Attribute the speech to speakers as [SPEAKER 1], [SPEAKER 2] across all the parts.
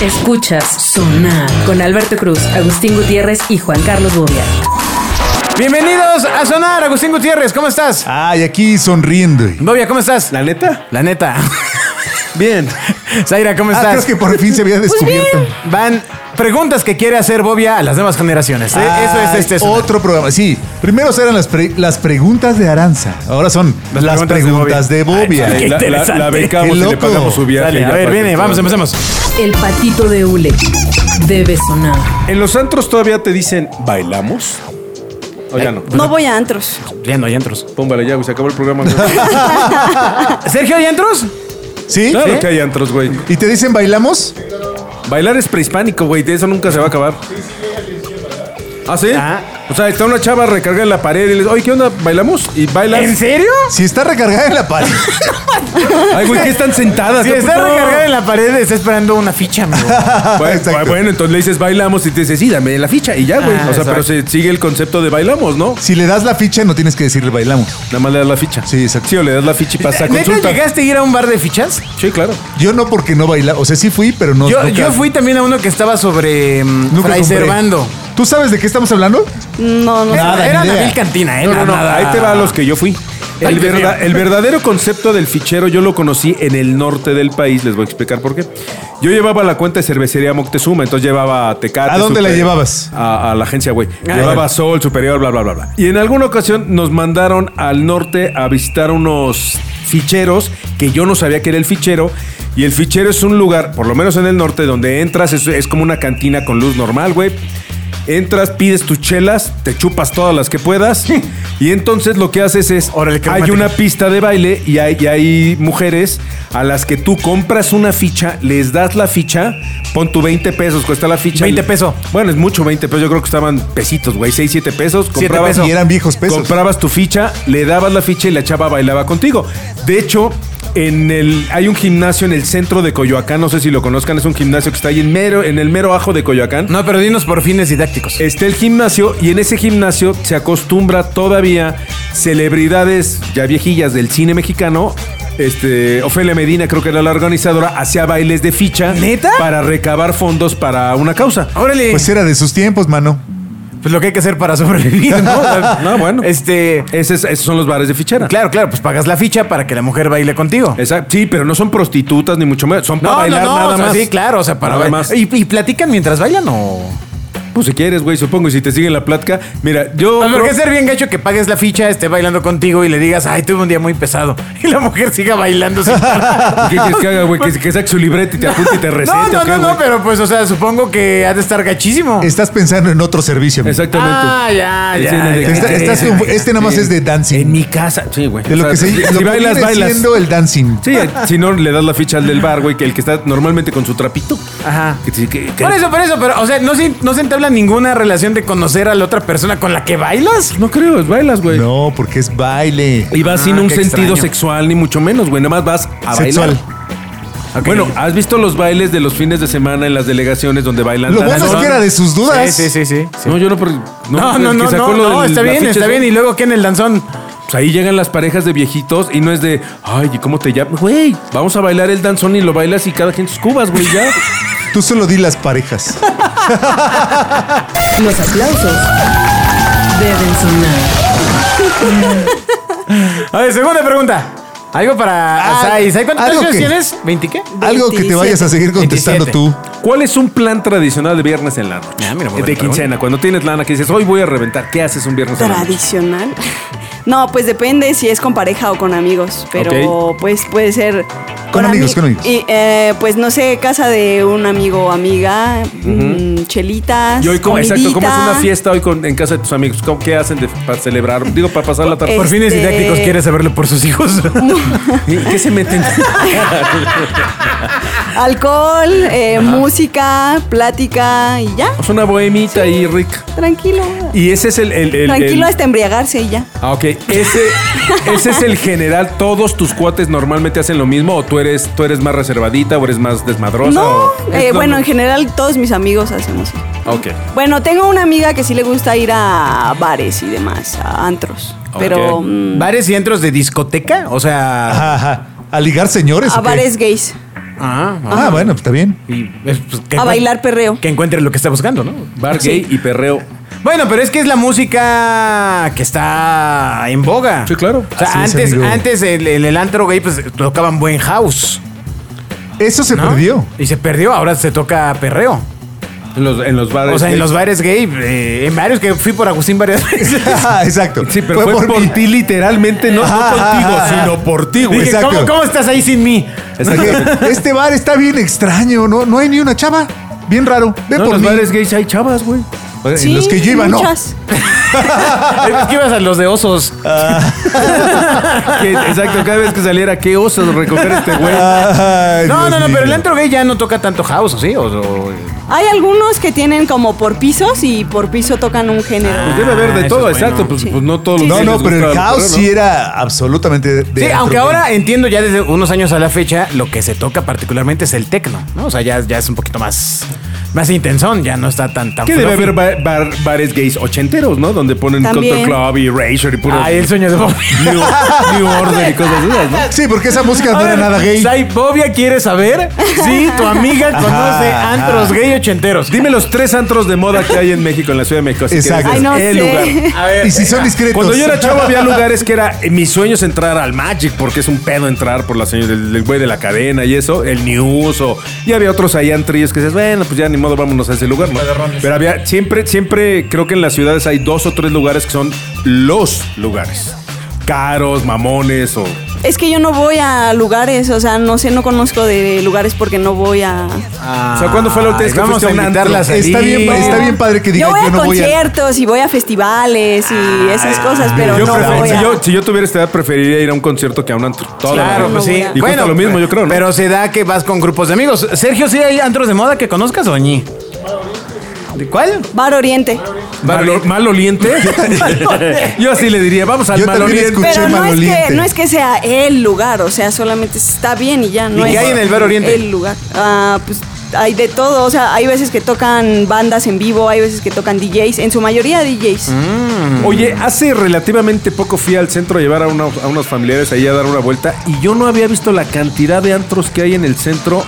[SPEAKER 1] Escuchas Sonar con Alberto Cruz, Agustín Gutiérrez y Juan Carlos Bobia.
[SPEAKER 2] Bienvenidos a Sonar, Agustín Gutiérrez, ¿cómo estás?
[SPEAKER 3] Ay, aquí sonriendo.
[SPEAKER 2] Bobia, ¿cómo estás?
[SPEAKER 4] ¿La neta?
[SPEAKER 2] La neta.
[SPEAKER 4] Bien.
[SPEAKER 2] Zaira, ¿cómo
[SPEAKER 3] Ah, creo
[SPEAKER 2] estás?
[SPEAKER 3] que por fin se había descubierto.
[SPEAKER 2] Van preguntas que quiere hacer Bobia a las demás generaciones. ¿eh? Eso es este
[SPEAKER 3] Ay,
[SPEAKER 2] Sonar.
[SPEAKER 3] Otro programa. Sí, primero eran las, pre- las preguntas de Aranza. Ahora son
[SPEAKER 2] Las
[SPEAKER 3] las,
[SPEAKER 2] preguntas de Ah,
[SPEAKER 3] preguntas de Bobia.
[SPEAKER 4] La- la- la,
[SPEAKER 2] interesante.
[SPEAKER 4] becamos
[SPEAKER 3] Qué
[SPEAKER 4] y le
[SPEAKER 3] loco.
[SPEAKER 4] pagamos su viaje.
[SPEAKER 2] Dale,
[SPEAKER 4] ya
[SPEAKER 2] a ver,
[SPEAKER 4] para que
[SPEAKER 2] viene, vamos,
[SPEAKER 4] todo.
[SPEAKER 2] empecemos.
[SPEAKER 1] El patito de hule debe sonar.
[SPEAKER 4] En los antros todavía te dicen, ¿bailamos? O ya no.
[SPEAKER 5] No voy a antros.
[SPEAKER 2] Ya no hay antros.
[SPEAKER 4] Póngale ya, güey, se acabó el programa. güey.
[SPEAKER 2] ¿Sergio, hay antros?
[SPEAKER 3] ¿Sí?
[SPEAKER 4] claro que hay antros, güey.
[SPEAKER 3] ¿Y te dicen bailamos?
[SPEAKER 4] Bailar es prehispánico, güey, de eso nunca se va a acabar. ¿Ah, sí?
[SPEAKER 2] Ah.
[SPEAKER 4] O sea, está una chava recargada en la pared y le dice, oye, ¿qué onda? ¿Bailamos? Y bailas.
[SPEAKER 2] ¿En serio?
[SPEAKER 3] Si está recargada en la pared.
[SPEAKER 4] Ay, güey, ¿qué están sentadas?
[SPEAKER 2] Si
[SPEAKER 4] No,
[SPEAKER 2] está
[SPEAKER 4] no.
[SPEAKER 2] recargada en la pared, está esperando una ficha, amigo.
[SPEAKER 4] Bueno,
[SPEAKER 3] Exacto.
[SPEAKER 4] bueno, entonces le dices, bailamos y te dice, sí, dame la ficha. Y ya, güey.
[SPEAKER 2] Ah,
[SPEAKER 4] o sea,
[SPEAKER 2] exacto.
[SPEAKER 4] pero se sigue el concepto de bailamos, ¿no?
[SPEAKER 3] Si le das la ficha, no tienes que decirle bailamos.
[SPEAKER 4] Nada más le das la ficha.
[SPEAKER 3] Sí, exacto.
[SPEAKER 4] Sí, o le das la ficha y pasa a
[SPEAKER 2] ¿Neta
[SPEAKER 4] consulta.
[SPEAKER 2] llegaste a ir a un bar de fichas?
[SPEAKER 4] Sí, claro.
[SPEAKER 3] Yo no porque no baila. O sea, sí fui, pero no.
[SPEAKER 2] Yo,
[SPEAKER 3] nunca-
[SPEAKER 2] yo fui también a uno que estaba sobre mm,
[SPEAKER 3] nunca
[SPEAKER 2] Fray
[SPEAKER 3] compré.
[SPEAKER 2] Servando.
[SPEAKER 3] ¿Tú sabes de qué estamos hablando?
[SPEAKER 5] No, no.
[SPEAKER 3] Nada,
[SPEAKER 2] Era
[SPEAKER 3] ni idea.
[SPEAKER 2] la vil cantina, ¿eh?
[SPEAKER 4] No, no, no.
[SPEAKER 2] Nada-
[SPEAKER 4] Ahí te va a los que yo fui.
[SPEAKER 2] Ay,
[SPEAKER 4] El,
[SPEAKER 2] Dios
[SPEAKER 4] verda-
[SPEAKER 2] mío.
[SPEAKER 4] el verdadero concepto del fichero yo lo conocí en el norte del país. Les voy a explicar por qué. Yo llevaba la cuenta de cervecería Moctezuma, entonces llevaba Tecate.
[SPEAKER 3] ¿A dónde la
[SPEAKER 4] Super-
[SPEAKER 3] llevabas?
[SPEAKER 4] A, a la agencia, güey.
[SPEAKER 2] Ah,
[SPEAKER 4] llevaba Sol, Superior, bla, bla, bla, bla. Y en alguna ocasión nos mandaron al norte a visitar unos ficheros que yo no sabía que era el fichero. Y el fichero es un lugar, por lo menos en el norte, donde entras, es, es como una cantina con luz normal, güey. Entras, pides tus chelas, te chupas todas las que puedas. Y entonces lo que haces es,
[SPEAKER 2] Órale, qué
[SPEAKER 4] hay
[SPEAKER 2] romántico.
[SPEAKER 4] una pista de baile y hay, y hay mujeres a las que tú compras una ficha, les das la ficha, pon tu 20 pesos, cuesta la ficha.
[SPEAKER 2] 20 peso.
[SPEAKER 4] Bueno, es mucho 20 pesos, yo creo que estaban pesitos, güey, 6, 7 pesos.
[SPEAKER 2] Siete
[SPEAKER 4] Comprabas,
[SPEAKER 2] pesos.
[SPEAKER 3] Y eran viejos pesos.
[SPEAKER 4] Comprabas tu ficha, le dabas la ficha y la chava bailaba contigo. De hecho, en el, hay un gimnasio en el centro de Coyoacán, no sé si lo conozcan, es un gimnasio que está ahí en, mero, en el mero ajo de Coyoacán.
[SPEAKER 2] No, pero dinos por fines didácticos. Eh,
[SPEAKER 4] Está el gimnasio y en ese gimnasio se acostumbra todavía celebridades ya viejillas del cine mexicano. Este, Ofelia Medina, creo que era la organizadora, hacía bailes de ficha.
[SPEAKER 2] ¿Neta?
[SPEAKER 4] Para recabar fondos para una causa.
[SPEAKER 2] Órale.
[SPEAKER 3] Pues
[SPEAKER 2] Pues,
[SPEAKER 3] era de sus tiempos, mano.
[SPEAKER 2] lo que hay que hacer para sobrevivir, ¿no?
[SPEAKER 4] No, bueno.
[SPEAKER 2] Este.
[SPEAKER 4] eh, Ese es- esos son los bares de fichera.
[SPEAKER 2] Claro, claro, pues pagas la ficha para que la mujer baile contigo.
[SPEAKER 4] Exacto. Sí, pero no son prostitutas ni mucho menos. Son para bailar nada
[SPEAKER 2] o sea,
[SPEAKER 4] más.
[SPEAKER 2] Sí, claro, o sea, para
[SPEAKER 4] Nada
[SPEAKER 2] bailar.
[SPEAKER 4] más.
[SPEAKER 2] ¿Y, y platican mientras bailan o.?
[SPEAKER 4] Pues si quieres, güey, supongo. Y si te siguen la plática. Mira, yo.
[SPEAKER 2] Pues porque ser bien gacho que pagues la ficha, esté bailando contigo y le digas, ay, tuve un día muy pesado. Y la mujer siga bailando sin parar.
[SPEAKER 4] ¿Qué quieres que haga, güey? Que, que saque su libreta y te apunte y te recete.
[SPEAKER 2] No, no,
[SPEAKER 4] ¿o qué,
[SPEAKER 2] no, no,
[SPEAKER 4] güey?
[SPEAKER 2] pero pues, o sea, supongo que ha de estar gachísimo.
[SPEAKER 3] Estás pensando en otro servicio. amigo.
[SPEAKER 4] Exactamente.
[SPEAKER 2] Ah, ya,
[SPEAKER 4] Es en
[SPEAKER 2] ya.
[SPEAKER 4] el-
[SPEAKER 2] ya,
[SPEAKER 3] Esta-
[SPEAKER 2] ya,
[SPEAKER 3] estás
[SPEAKER 2] ya,
[SPEAKER 3] con-
[SPEAKER 2] ya.
[SPEAKER 3] este nada más es de dancing.
[SPEAKER 2] En mi casa, sí, güey.
[SPEAKER 3] De lo
[SPEAKER 4] O sea,
[SPEAKER 3] que se
[SPEAKER 4] si-
[SPEAKER 3] lo
[SPEAKER 4] si
[SPEAKER 3] que
[SPEAKER 4] bailas,
[SPEAKER 3] viene
[SPEAKER 4] bailas.
[SPEAKER 3] siendo el dancing.
[SPEAKER 4] Sí, eh, si no le das la ficha al del bar, güey, que el que está normalmente con su trapito.
[SPEAKER 2] Ajá.
[SPEAKER 4] Que te- que- que-
[SPEAKER 2] Por eso, por eso, pero, o sea, ¿no se, ¿no se entabla ninguna relación de conocer a la otra persona con la que bailas?
[SPEAKER 4] No creo, es bailas, güey.
[SPEAKER 3] No, porque es baile.
[SPEAKER 4] Y vas
[SPEAKER 2] Ah,
[SPEAKER 4] sin un
[SPEAKER 2] qué
[SPEAKER 4] sentido
[SPEAKER 2] extraño.
[SPEAKER 4] sexual, ni mucho menos, güey. Nada más vas a
[SPEAKER 3] Sexual.
[SPEAKER 4] bailar. Bueno, ¿has visto los bailes de los fines de semana en las delegaciones donde bailan?
[SPEAKER 3] Lo
[SPEAKER 4] tango?
[SPEAKER 3] bueno es que era de sus dudas.
[SPEAKER 2] Sí, sí, sí, sí.
[SPEAKER 4] No, yo no... por-
[SPEAKER 2] No,
[SPEAKER 4] el
[SPEAKER 2] no,
[SPEAKER 4] que
[SPEAKER 2] no,
[SPEAKER 4] sacó
[SPEAKER 2] no,
[SPEAKER 4] lo
[SPEAKER 2] no,
[SPEAKER 4] del-
[SPEAKER 2] está
[SPEAKER 4] la
[SPEAKER 2] bien,
[SPEAKER 4] ficha
[SPEAKER 2] está
[SPEAKER 4] es-
[SPEAKER 2] bien. Y luego, ¿qué en el danzón?
[SPEAKER 4] Pues ahí llegan las parejas de viejitos y no es de, ay, ¿y cómo te llamas? Güey, vamos a bailar el danzón y lo bailas y cada quien sus cubas, güey, ya.
[SPEAKER 3] Tú solo di las parejas.
[SPEAKER 1] Los aplausos deben sonar.
[SPEAKER 2] A ver, segunda pregunta. Algo para
[SPEAKER 3] Ah,
[SPEAKER 2] Sai. Sai, ¿Cuántos
[SPEAKER 3] ¿algo
[SPEAKER 2] años
[SPEAKER 3] qué?
[SPEAKER 2] tienes? ¿20 qué?
[SPEAKER 3] Algo que te vayas a seguir contestando
[SPEAKER 2] 27.
[SPEAKER 3] tú.
[SPEAKER 4] ¿Cuál es un plan tradicional de viernes en la noche?
[SPEAKER 2] Ah, mira, muy buena
[SPEAKER 4] de quincena. Cuando tienes lana que dices, hoy voy a reventar, ¿qué haces un viernes en la noche?
[SPEAKER 5] Tradicional. No, pues depende si es con pareja o con amigos, pero pues puede ser
[SPEAKER 3] Con amigos,
[SPEAKER 5] ami-
[SPEAKER 3] con amigos.
[SPEAKER 5] Y, eh, pues no sé, casa de un amigo o amiga, mm, chelitas.
[SPEAKER 4] Y hoy, como, exacto, ¿cómo es
[SPEAKER 5] comidita.
[SPEAKER 4] una fiesta hoy con, en casa de tus amigos? ¿Cómo- ¿Qué hacen de- para celebrar? Digo, para pasar la tarde.
[SPEAKER 2] Por
[SPEAKER 5] Este-
[SPEAKER 2] fines didácticos, ¿quieres saberlo por sus hijos?
[SPEAKER 4] ¿Qué se meten?
[SPEAKER 5] Alcohol, eh, música, plática y ya,
[SPEAKER 4] Es una bohemita ahí, Rick.
[SPEAKER 5] tranquilo.
[SPEAKER 4] Y ese es el... el- el-
[SPEAKER 5] tranquilo
[SPEAKER 4] el-
[SPEAKER 5] hasta embriagarse y ya.
[SPEAKER 4] Ah, ok. Ese, ese es el general. ¿Todos tus cuates normalmente hacen lo mismo? ¿O tú eres, tú eres más reservadita o eres más desmadrosa?
[SPEAKER 5] no,
[SPEAKER 4] o-
[SPEAKER 5] eh,
[SPEAKER 4] Es lo-
[SPEAKER 5] bueno, en general todos mis amigos hacemos eso.
[SPEAKER 4] Ah, Ok.
[SPEAKER 5] Bueno, tengo una amiga que sí le gusta ir a bares y demás, a antros. Pero
[SPEAKER 4] Ok.
[SPEAKER 5] mm,
[SPEAKER 2] ¿Bares y entros de discoteca? O sea.
[SPEAKER 3] Ajá, ajá. A ligar señores.
[SPEAKER 5] a
[SPEAKER 3] o qué?
[SPEAKER 5] bares gays.
[SPEAKER 2] Ah,
[SPEAKER 3] Ah, bueno, pues está bien.
[SPEAKER 2] Y, eh, pues, que
[SPEAKER 5] A
[SPEAKER 2] encuent-
[SPEAKER 5] bailar perreo.
[SPEAKER 2] Que encuentre lo que está buscando, ¿no?
[SPEAKER 4] Bar gay y perreo.
[SPEAKER 2] Bueno, pero es que es la música que está en boga.
[SPEAKER 4] Sí, claro.
[SPEAKER 2] O sea,
[SPEAKER 3] Así es,
[SPEAKER 2] antes,
[SPEAKER 3] amigo.
[SPEAKER 2] antes el, el- el antro gay, pues tocaban buen house.
[SPEAKER 3] Eso se
[SPEAKER 2] ¿no?
[SPEAKER 3] perdió.
[SPEAKER 2] Y se perdió, ahora se toca perreo.
[SPEAKER 4] En los, en los bares.
[SPEAKER 2] O sea,
[SPEAKER 4] gay.
[SPEAKER 2] en los bares gay, eh, en varios que fui por Agustín varias veces.
[SPEAKER 3] Exacto.
[SPEAKER 4] Sí, pero fue, por,
[SPEAKER 3] mí.
[SPEAKER 4] ti literalmente, no, no
[SPEAKER 3] Ajá,
[SPEAKER 4] contigo,
[SPEAKER 3] ajá, ajá.
[SPEAKER 4] sino por ti, güey.
[SPEAKER 2] Dije,
[SPEAKER 3] Exacto.
[SPEAKER 2] ¿cómo, cómo estás ahí sin mí?
[SPEAKER 3] Oye, Este bar está bien extraño, no, no hay ni una chava. Bien raro. Ven
[SPEAKER 4] No, en
[SPEAKER 3] por
[SPEAKER 4] los
[SPEAKER 3] mí.
[SPEAKER 4] bares gays hay chavas, güey.
[SPEAKER 3] En
[SPEAKER 5] Sí,
[SPEAKER 3] los que yo iba, no.
[SPEAKER 5] muchas.
[SPEAKER 2] Es que ibas a los de osos.
[SPEAKER 4] Que- Exacto, cada vez que saliera, qué osos recoger este güey.
[SPEAKER 3] Ah, Ay,
[SPEAKER 2] No,
[SPEAKER 3] Dios
[SPEAKER 2] no, no,
[SPEAKER 3] mío.
[SPEAKER 2] pero el antro gay ya no toca tanto house, ¿o ¿sí? O- o-
[SPEAKER 5] Hay algunos que tienen como por pisos y por piso tocan un género.
[SPEAKER 4] Pues debe haber de
[SPEAKER 2] Ah,
[SPEAKER 4] todo,
[SPEAKER 2] eso es
[SPEAKER 4] exacto.
[SPEAKER 2] bueno.
[SPEAKER 4] Pues,
[SPEAKER 5] Sí.
[SPEAKER 4] pues no todos los
[SPEAKER 3] No,
[SPEAKER 4] gays
[SPEAKER 3] no,
[SPEAKER 4] les
[SPEAKER 3] pero el
[SPEAKER 4] gustaba
[SPEAKER 3] caos
[SPEAKER 4] perreo, ¿no?
[SPEAKER 3] sí era absolutamente de. de
[SPEAKER 2] Sí,
[SPEAKER 3] antro
[SPEAKER 2] aunque
[SPEAKER 3] gay.
[SPEAKER 2] ahora entiendo ya desde unos años a la fecha, lo que se toca particularmente es el tecno, ¿no? O sea, ya, ya es un poquito más, más intensón, ya no está tan tan.
[SPEAKER 4] Que debe
[SPEAKER 2] fluffy.
[SPEAKER 4] haber ba- bar- bares gays ochenteros, ¿no? Donde ponen
[SPEAKER 5] También.
[SPEAKER 4] Control Club y Erasure y puro.
[SPEAKER 2] Ay, el sueño de Bobia.
[SPEAKER 4] New, New Order y cosas de esas, ¿no?
[SPEAKER 3] Sí, porque esa música no
[SPEAKER 2] A
[SPEAKER 3] era
[SPEAKER 2] ver,
[SPEAKER 3] nada gay.
[SPEAKER 2] Sai, Bobia quiere saber si tu amiga conoce
[SPEAKER 3] Ajá,
[SPEAKER 2] antros gay ochenteros.
[SPEAKER 4] Dime los tres antros de moda que hay en México, en la Ciudad de México. si quieres.
[SPEAKER 3] Exacto.
[SPEAKER 5] Ay, no
[SPEAKER 4] El
[SPEAKER 5] sé.
[SPEAKER 4] lugar.
[SPEAKER 2] A ver,
[SPEAKER 3] Y si son discretos.
[SPEAKER 4] Cuando yo era chavo había lugares que era eh, mi sueño es entrar al Magic porque es un pedo entrar por la señal del del güey de la cadena y eso, el News o y había otros ahí antrillos que dices, bueno, pues ya ni modo vámonos a ese lugar, ¿no? Pero había siempre siempre creo que en las ciudades hay dos o tres lugares que son los lugares. Caros, mamones o
[SPEAKER 5] Es que yo no voy a lugares, o sea, no sé, no conozco de lugares porque no voy a.
[SPEAKER 2] Ah,
[SPEAKER 4] O sea, ¿cuándo fue la última vez que
[SPEAKER 2] vamos
[SPEAKER 4] fuiste a un
[SPEAKER 2] a
[SPEAKER 4] antro?
[SPEAKER 2] invitarlas a
[SPEAKER 3] Está
[SPEAKER 2] salir?
[SPEAKER 3] bien, está bien padre que diga
[SPEAKER 5] yo voy
[SPEAKER 3] yo
[SPEAKER 5] a
[SPEAKER 3] no voy a. Ah,
[SPEAKER 5] conciertos y voy a festivales y esas cosas, pero
[SPEAKER 4] yo
[SPEAKER 5] no
[SPEAKER 4] prefer-
[SPEAKER 5] voy a.
[SPEAKER 4] si, yo, si yo tuviera esta edad preferiría ir a un concierto que a un antro. Toda la
[SPEAKER 2] Claro,
[SPEAKER 4] vida.
[SPEAKER 2] pues sí.
[SPEAKER 5] Y
[SPEAKER 4] cuesta lo mismo, yo creo, ¿no?
[SPEAKER 2] Pero se da que vas con grupos de amigos. Sergio, ¿sí hay antros de moda que conozcas o ñi? ¿De cuál?
[SPEAKER 5] Bar Oriente.
[SPEAKER 4] Malo- maloliente. yo así le diría, vamos al
[SPEAKER 3] Yo también
[SPEAKER 4] maloliente.
[SPEAKER 3] escuché
[SPEAKER 5] Pero no es,
[SPEAKER 3] maloliente.
[SPEAKER 5] que, no es que sea el lugar, o sea, solamente está bien y ya no
[SPEAKER 2] ¿Y qué
[SPEAKER 5] es.
[SPEAKER 2] hay en el Bar Oriente?
[SPEAKER 5] El lugar. Ah, pues hay de todo, o sea, hay veces que tocan bandas en vivo, hay veces que tocan DJs, en su mayoría DJs.
[SPEAKER 4] Oye, hace relativamente poco fui al centro a llevar a, una- a unos familiares ahí a dar una vuelta y yo no había visto la cantidad de antros que hay en el centro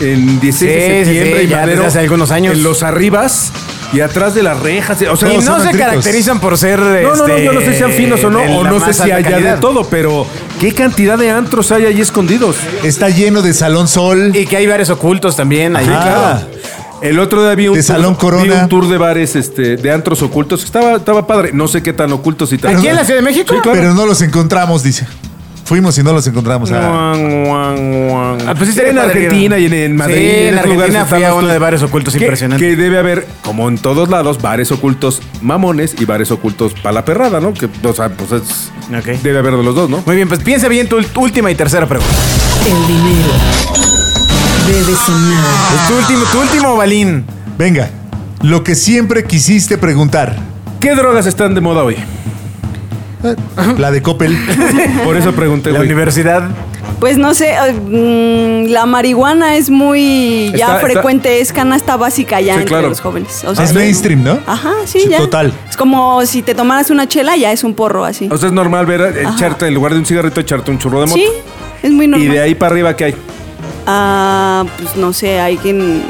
[SPEAKER 4] en 16 de
[SPEAKER 2] Sí, sí,
[SPEAKER 4] septiembre
[SPEAKER 2] sí,
[SPEAKER 4] y
[SPEAKER 2] ya
[SPEAKER 4] Madero,
[SPEAKER 2] desde hace algunos años.
[SPEAKER 4] En los arribas y atrás de las rejas. O sea,
[SPEAKER 2] Y
[SPEAKER 3] Todos
[SPEAKER 2] no
[SPEAKER 3] son
[SPEAKER 2] se
[SPEAKER 3] antritos.
[SPEAKER 2] caracterizan por ser. este, No,
[SPEAKER 4] No, no, no, yo no sé si sean finos o no, o no sé si haya de todo, pero qué cantidad de antros hay ahí escondidos.
[SPEAKER 3] Está lleno de salón sol.
[SPEAKER 2] Y que hay bares ocultos también. ahí.
[SPEAKER 4] Sí,
[SPEAKER 3] Ah.
[SPEAKER 4] claro. El otro día vi un,
[SPEAKER 3] De Salón Corona.
[SPEAKER 4] vi un tour de bares este, de antros ocultos. Estaba, estaba padre. No sé qué tan ocultos y tan.
[SPEAKER 2] ¿Aquí en la Ciudad de México?
[SPEAKER 4] Sí, claro.
[SPEAKER 3] Pero no los encontramos, dice. Fuimos y no los encontramos. Ah.
[SPEAKER 2] Ah, pues sí, estaría
[SPEAKER 4] en
[SPEAKER 2] padre ir.
[SPEAKER 4] Argentina y en, en Madrid.
[SPEAKER 2] Sí,
[SPEAKER 4] y
[SPEAKER 2] en
[SPEAKER 4] esos lugares
[SPEAKER 2] Argentina
[SPEAKER 4] están
[SPEAKER 2] fui a
[SPEAKER 4] los-
[SPEAKER 2] uno de bares ocultos
[SPEAKER 4] que-
[SPEAKER 2] impresionante.
[SPEAKER 4] Que debe haber, como en todos lados, bares ocultos mamones y bares ocultos para la perrada, ¿no? Que, o sea, pues es-
[SPEAKER 2] Ok.
[SPEAKER 4] debe haber de los dos, ¿no?
[SPEAKER 2] Muy bien, pues piensa bien tu última y tercera pregunta.
[SPEAKER 1] El dinero debe sonar.
[SPEAKER 2] Pues tu último, tu último balín.
[SPEAKER 3] Venga, lo que siempre quisiste preguntar.
[SPEAKER 4] ¿Qué drogas están de moda hoy?
[SPEAKER 3] La de Coppel.
[SPEAKER 4] Por eso pregunté,
[SPEAKER 2] La
[SPEAKER 4] güey.
[SPEAKER 2] universidad.
[SPEAKER 5] Pues no sé, eh, mm, la marihuana es muy ya
[SPEAKER 4] Está- está-
[SPEAKER 5] frecuente, es canasta básica ya
[SPEAKER 4] Sí,
[SPEAKER 5] entre
[SPEAKER 4] claro.
[SPEAKER 5] los jóvenes. O sea,
[SPEAKER 3] es mainstream, ¿no?
[SPEAKER 5] Ajá, sí,
[SPEAKER 3] Sí,
[SPEAKER 5] ya.
[SPEAKER 3] total.
[SPEAKER 5] Es como si te tomaras una chela, ya es un porro así.
[SPEAKER 4] O sea, es normal ver, eh, echarte, en lugar de un cigarrito, echarte un churro de moto.
[SPEAKER 5] sí, es muy normal.
[SPEAKER 4] Y de ahí para arriba, ¿qué hay?
[SPEAKER 5] Ah, pues no sé, hay quien.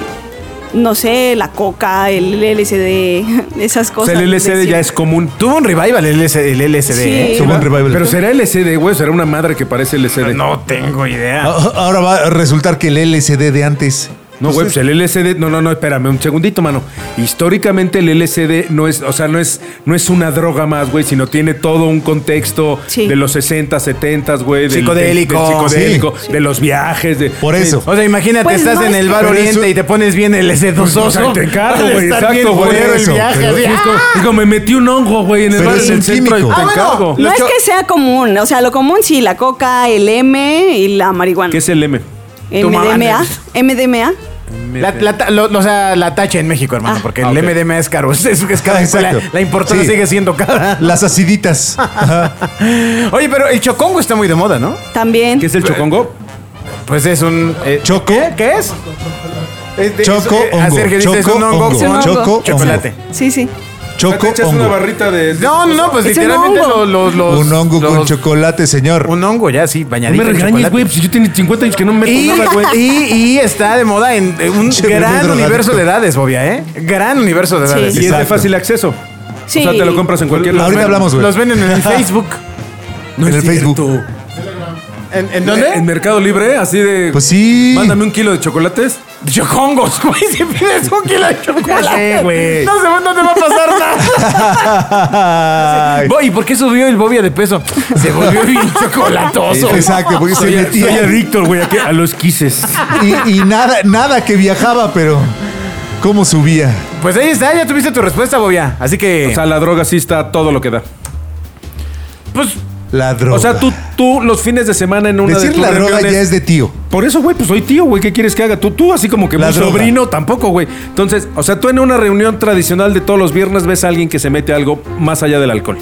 [SPEAKER 5] No sé, la coca, el LSD, esas
[SPEAKER 4] O
[SPEAKER 5] cosas.
[SPEAKER 4] sea, el LCD
[SPEAKER 5] decir.
[SPEAKER 4] ya es común.
[SPEAKER 2] Tuvo un revival el LSD, el LSD,
[SPEAKER 5] Sí.
[SPEAKER 2] ¿eh?
[SPEAKER 3] Su buen revival.
[SPEAKER 4] Pero será LCD, güey, será una madre que parece LCD.
[SPEAKER 2] No tengo idea.
[SPEAKER 3] Ah, Ahora va a resultar que el LSD de antes.
[SPEAKER 4] No, güey, pues el LCD, no, no, no, espérame un segundito, mano. Históricamente el LCD no es, o sea, no es, no es una droga más, güey, sino tiene todo un contexto
[SPEAKER 5] Sí.
[SPEAKER 4] de los 60, 70, güey. del-
[SPEAKER 2] Psicodélico.
[SPEAKER 4] del psicodélico, de los viajes, de...
[SPEAKER 3] Por eso.
[SPEAKER 2] O sea, imagínate,
[SPEAKER 5] Pues
[SPEAKER 2] estás
[SPEAKER 5] no,
[SPEAKER 2] en
[SPEAKER 5] es
[SPEAKER 2] el
[SPEAKER 5] que- Pues,
[SPEAKER 2] bar
[SPEAKER 3] Pero
[SPEAKER 2] oriente
[SPEAKER 3] eso-
[SPEAKER 2] y te pones bien el
[SPEAKER 4] O sea,
[SPEAKER 2] SD2oso.
[SPEAKER 4] te encargo, güey,
[SPEAKER 2] Está bien
[SPEAKER 4] exacto, güey.
[SPEAKER 2] culero el
[SPEAKER 3] eso,
[SPEAKER 2] viaje,
[SPEAKER 3] pero
[SPEAKER 2] así, ¡ah!
[SPEAKER 4] Es como, es como, me metí un hongo, güey, en el
[SPEAKER 3] Pero
[SPEAKER 4] bar
[SPEAKER 3] es
[SPEAKER 4] del
[SPEAKER 3] un
[SPEAKER 4] centro y
[SPEAKER 3] químico.
[SPEAKER 4] te
[SPEAKER 3] Ah,
[SPEAKER 2] bueno.
[SPEAKER 4] encargo.
[SPEAKER 5] No
[SPEAKER 2] Los
[SPEAKER 5] es
[SPEAKER 2] cho-
[SPEAKER 5] que sea común, o sea, lo común sí, la coca, el M y la marihuana.
[SPEAKER 4] ¿Qué es el M?
[SPEAKER 2] Tomaban
[SPEAKER 5] MDMA, MDMA.
[SPEAKER 2] La, la ta- lo- lo- o sea, la tacha en México, hermano,
[SPEAKER 5] Ah.
[SPEAKER 2] porque
[SPEAKER 4] Ah,
[SPEAKER 2] el
[SPEAKER 4] ok.
[SPEAKER 2] MDMA es caro. Es, es caro. pues,
[SPEAKER 3] Exacto.
[SPEAKER 2] La, la importada
[SPEAKER 3] Sí.
[SPEAKER 2] sigue siendo cara.
[SPEAKER 3] Las aciditas. Ajá.
[SPEAKER 2] Oye, pero el chocongo está muy de moda, ¿no?
[SPEAKER 5] También.
[SPEAKER 4] ¿Qué es el chocongo?
[SPEAKER 2] Pues es un. eh,
[SPEAKER 3] Choco.
[SPEAKER 2] ¿Qué, ¿Qué es? Es de-
[SPEAKER 3] Choco,
[SPEAKER 2] es- eh, a
[SPEAKER 3] hongo.
[SPEAKER 2] Sergio dice, es
[SPEAKER 3] Choco,
[SPEAKER 2] un hongo
[SPEAKER 3] hongo.
[SPEAKER 2] con
[SPEAKER 5] Choco,
[SPEAKER 2] chocolate.
[SPEAKER 5] Sí, sí.
[SPEAKER 4] sea, te
[SPEAKER 3] Choco
[SPEAKER 4] echas una
[SPEAKER 3] hongo.
[SPEAKER 4] barrita de. de-
[SPEAKER 2] No, no, no, pues
[SPEAKER 1] Es un
[SPEAKER 2] literalmente
[SPEAKER 1] hongo.
[SPEAKER 2] los, los, los-
[SPEAKER 3] un hongo con
[SPEAKER 2] los-
[SPEAKER 3] chocolate, señor.
[SPEAKER 2] Un hongo, ya, sí,
[SPEAKER 4] No
[SPEAKER 2] bañadito.
[SPEAKER 4] me
[SPEAKER 2] en
[SPEAKER 4] regañes,
[SPEAKER 2] chocolate.
[SPEAKER 4] güey. Si yo tengo 50 años que no me meto
[SPEAKER 2] Y,
[SPEAKER 4] nada, güey.
[SPEAKER 2] y- y está de moda en en un
[SPEAKER 3] Che, bebé
[SPEAKER 2] gran
[SPEAKER 3] drogadicto.
[SPEAKER 2] universo de edades, Bobia, ¿eh? Gran universo de
[SPEAKER 5] Sí.
[SPEAKER 2] edades.
[SPEAKER 4] Y es de
[SPEAKER 3] Exacto.
[SPEAKER 4] fácil acceso.
[SPEAKER 5] Sí.
[SPEAKER 4] O sea, te lo compras en cualquier
[SPEAKER 3] Ahorita
[SPEAKER 4] lugar.
[SPEAKER 3] hablamos, güey.
[SPEAKER 2] Los venden en el Facebook.
[SPEAKER 4] No
[SPEAKER 3] En
[SPEAKER 4] es
[SPEAKER 3] el Facebook.
[SPEAKER 4] cierto.
[SPEAKER 2] ¿En, en
[SPEAKER 4] En
[SPEAKER 2] dónde?
[SPEAKER 4] Mercado Libre, así de.
[SPEAKER 3] Pues sí.
[SPEAKER 4] Mándame un kilo de chocolates.
[SPEAKER 2] Chocongos, güey. Si pides un kilo de chocolate,
[SPEAKER 4] sé, güey.
[SPEAKER 2] No sé, no te va a pasar nada.
[SPEAKER 3] Ay,
[SPEAKER 2] Bo- ¿Y por qué subió el Bobia de peso? Se volvió bien chocolatoso.
[SPEAKER 3] Exacto, porque se
[SPEAKER 4] Soy, soy
[SPEAKER 3] metía.
[SPEAKER 4] adicto, güey, a, que- a los quises.
[SPEAKER 3] Y, y nada, nada que viajaba, pero cómo subía.
[SPEAKER 2] Pues ahí está, ya tuviste tu respuesta, Bobia. Así que.
[SPEAKER 4] O sea, la droga sí está a todo lo que da.
[SPEAKER 2] pues.
[SPEAKER 3] La droga.
[SPEAKER 4] O sea, tú, tú los fines de semana en una de
[SPEAKER 3] Decir
[SPEAKER 4] tus
[SPEAKER 3] la droga
[SPEAKER 4] reuniones-
[SPEAKER 3] ya es de tío.
[SPEAKER 4] Por eso, güey, pues soy tío, güey. ¿Qué quieres que haga? Tú, tú, así como que
[SPEAKER 3] La
[SPEAKER 4] mi
[SPEAKER 3] droga.
[SPEAKER 4] sobrino tampoco, güey. Entonces, o sea, tú en una reunión tradicional de todos los viernes ves a alguien que se mete algo más allá del alcohol.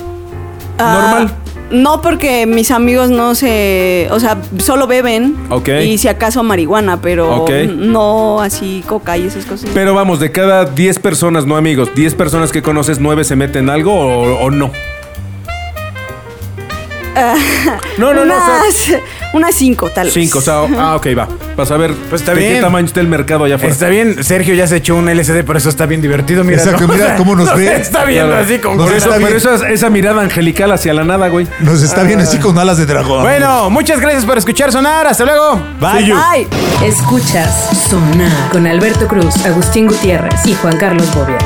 [SPEAKER 5] Ah,
[SPEAKER 4] Normal.
[SPEAKER 5] No, porque mis amigos no se. O sea, solo beben.
[SPEAKER 4] Ok.
[SPEAKER 5] Y si acaso marihuana, pero
[SPEAKER 4] Ok.
[SPEAKER 5] no así coca y esas cosas.
[SPEAKER 4] Pero vamos, de cada 10 personas, no amigos, 10 personas que conoces, 9 se meten algo o, o no. no, no, no. o sea,
[SPEAKER 5] unas, unas cinco, tal vez.
[SPEAKER 4] cinco, o sea, ah, ok, va. Vas a ver
[SPEAKER 2] Pues está
[SPEAKER 4] de qué
[SPEAKER 2] bien.
[SPEAKER 4] tamaño está el mercado allá afuera.
[SPEAKER 2] Está bien, Sergio ya se echó un LCD, pero eso está bien divertido, mira.
[SPEAKER 3] Exacto, mira cómo nos ve.
[SPEAKER 2] Está viendo
[SPEAKER 4] Claro.
[SPEAKER 2] así con
[SPEAKER 3] Nos
[SPEAKER 4] Por
[SPEAKER 2] coraje.
[SPEAKER 4] eso,
[SPEAKER 3] Está
[SPEAKER 4] pero
[SPEAKER 3] bien.
[SPEAKER 4] esa, esa mirada angelical hacia la nada, güey.
[SPEAKER 3] Nos está bien
[SPEAKER 4] Ah.
[SPEAKER 3] así con alas de dragón.
[SPEAKER 2] Bueno, muchas gracias por escuchar sonar. Hasta luego.
[SPEAKER 3] Bye.
[SPEAKER 5] Ay,
[SPEAKER 1] Escuchas Sonar con Alberto Cruz, Agustín Gutiérrez y Juan Carlos Bobia.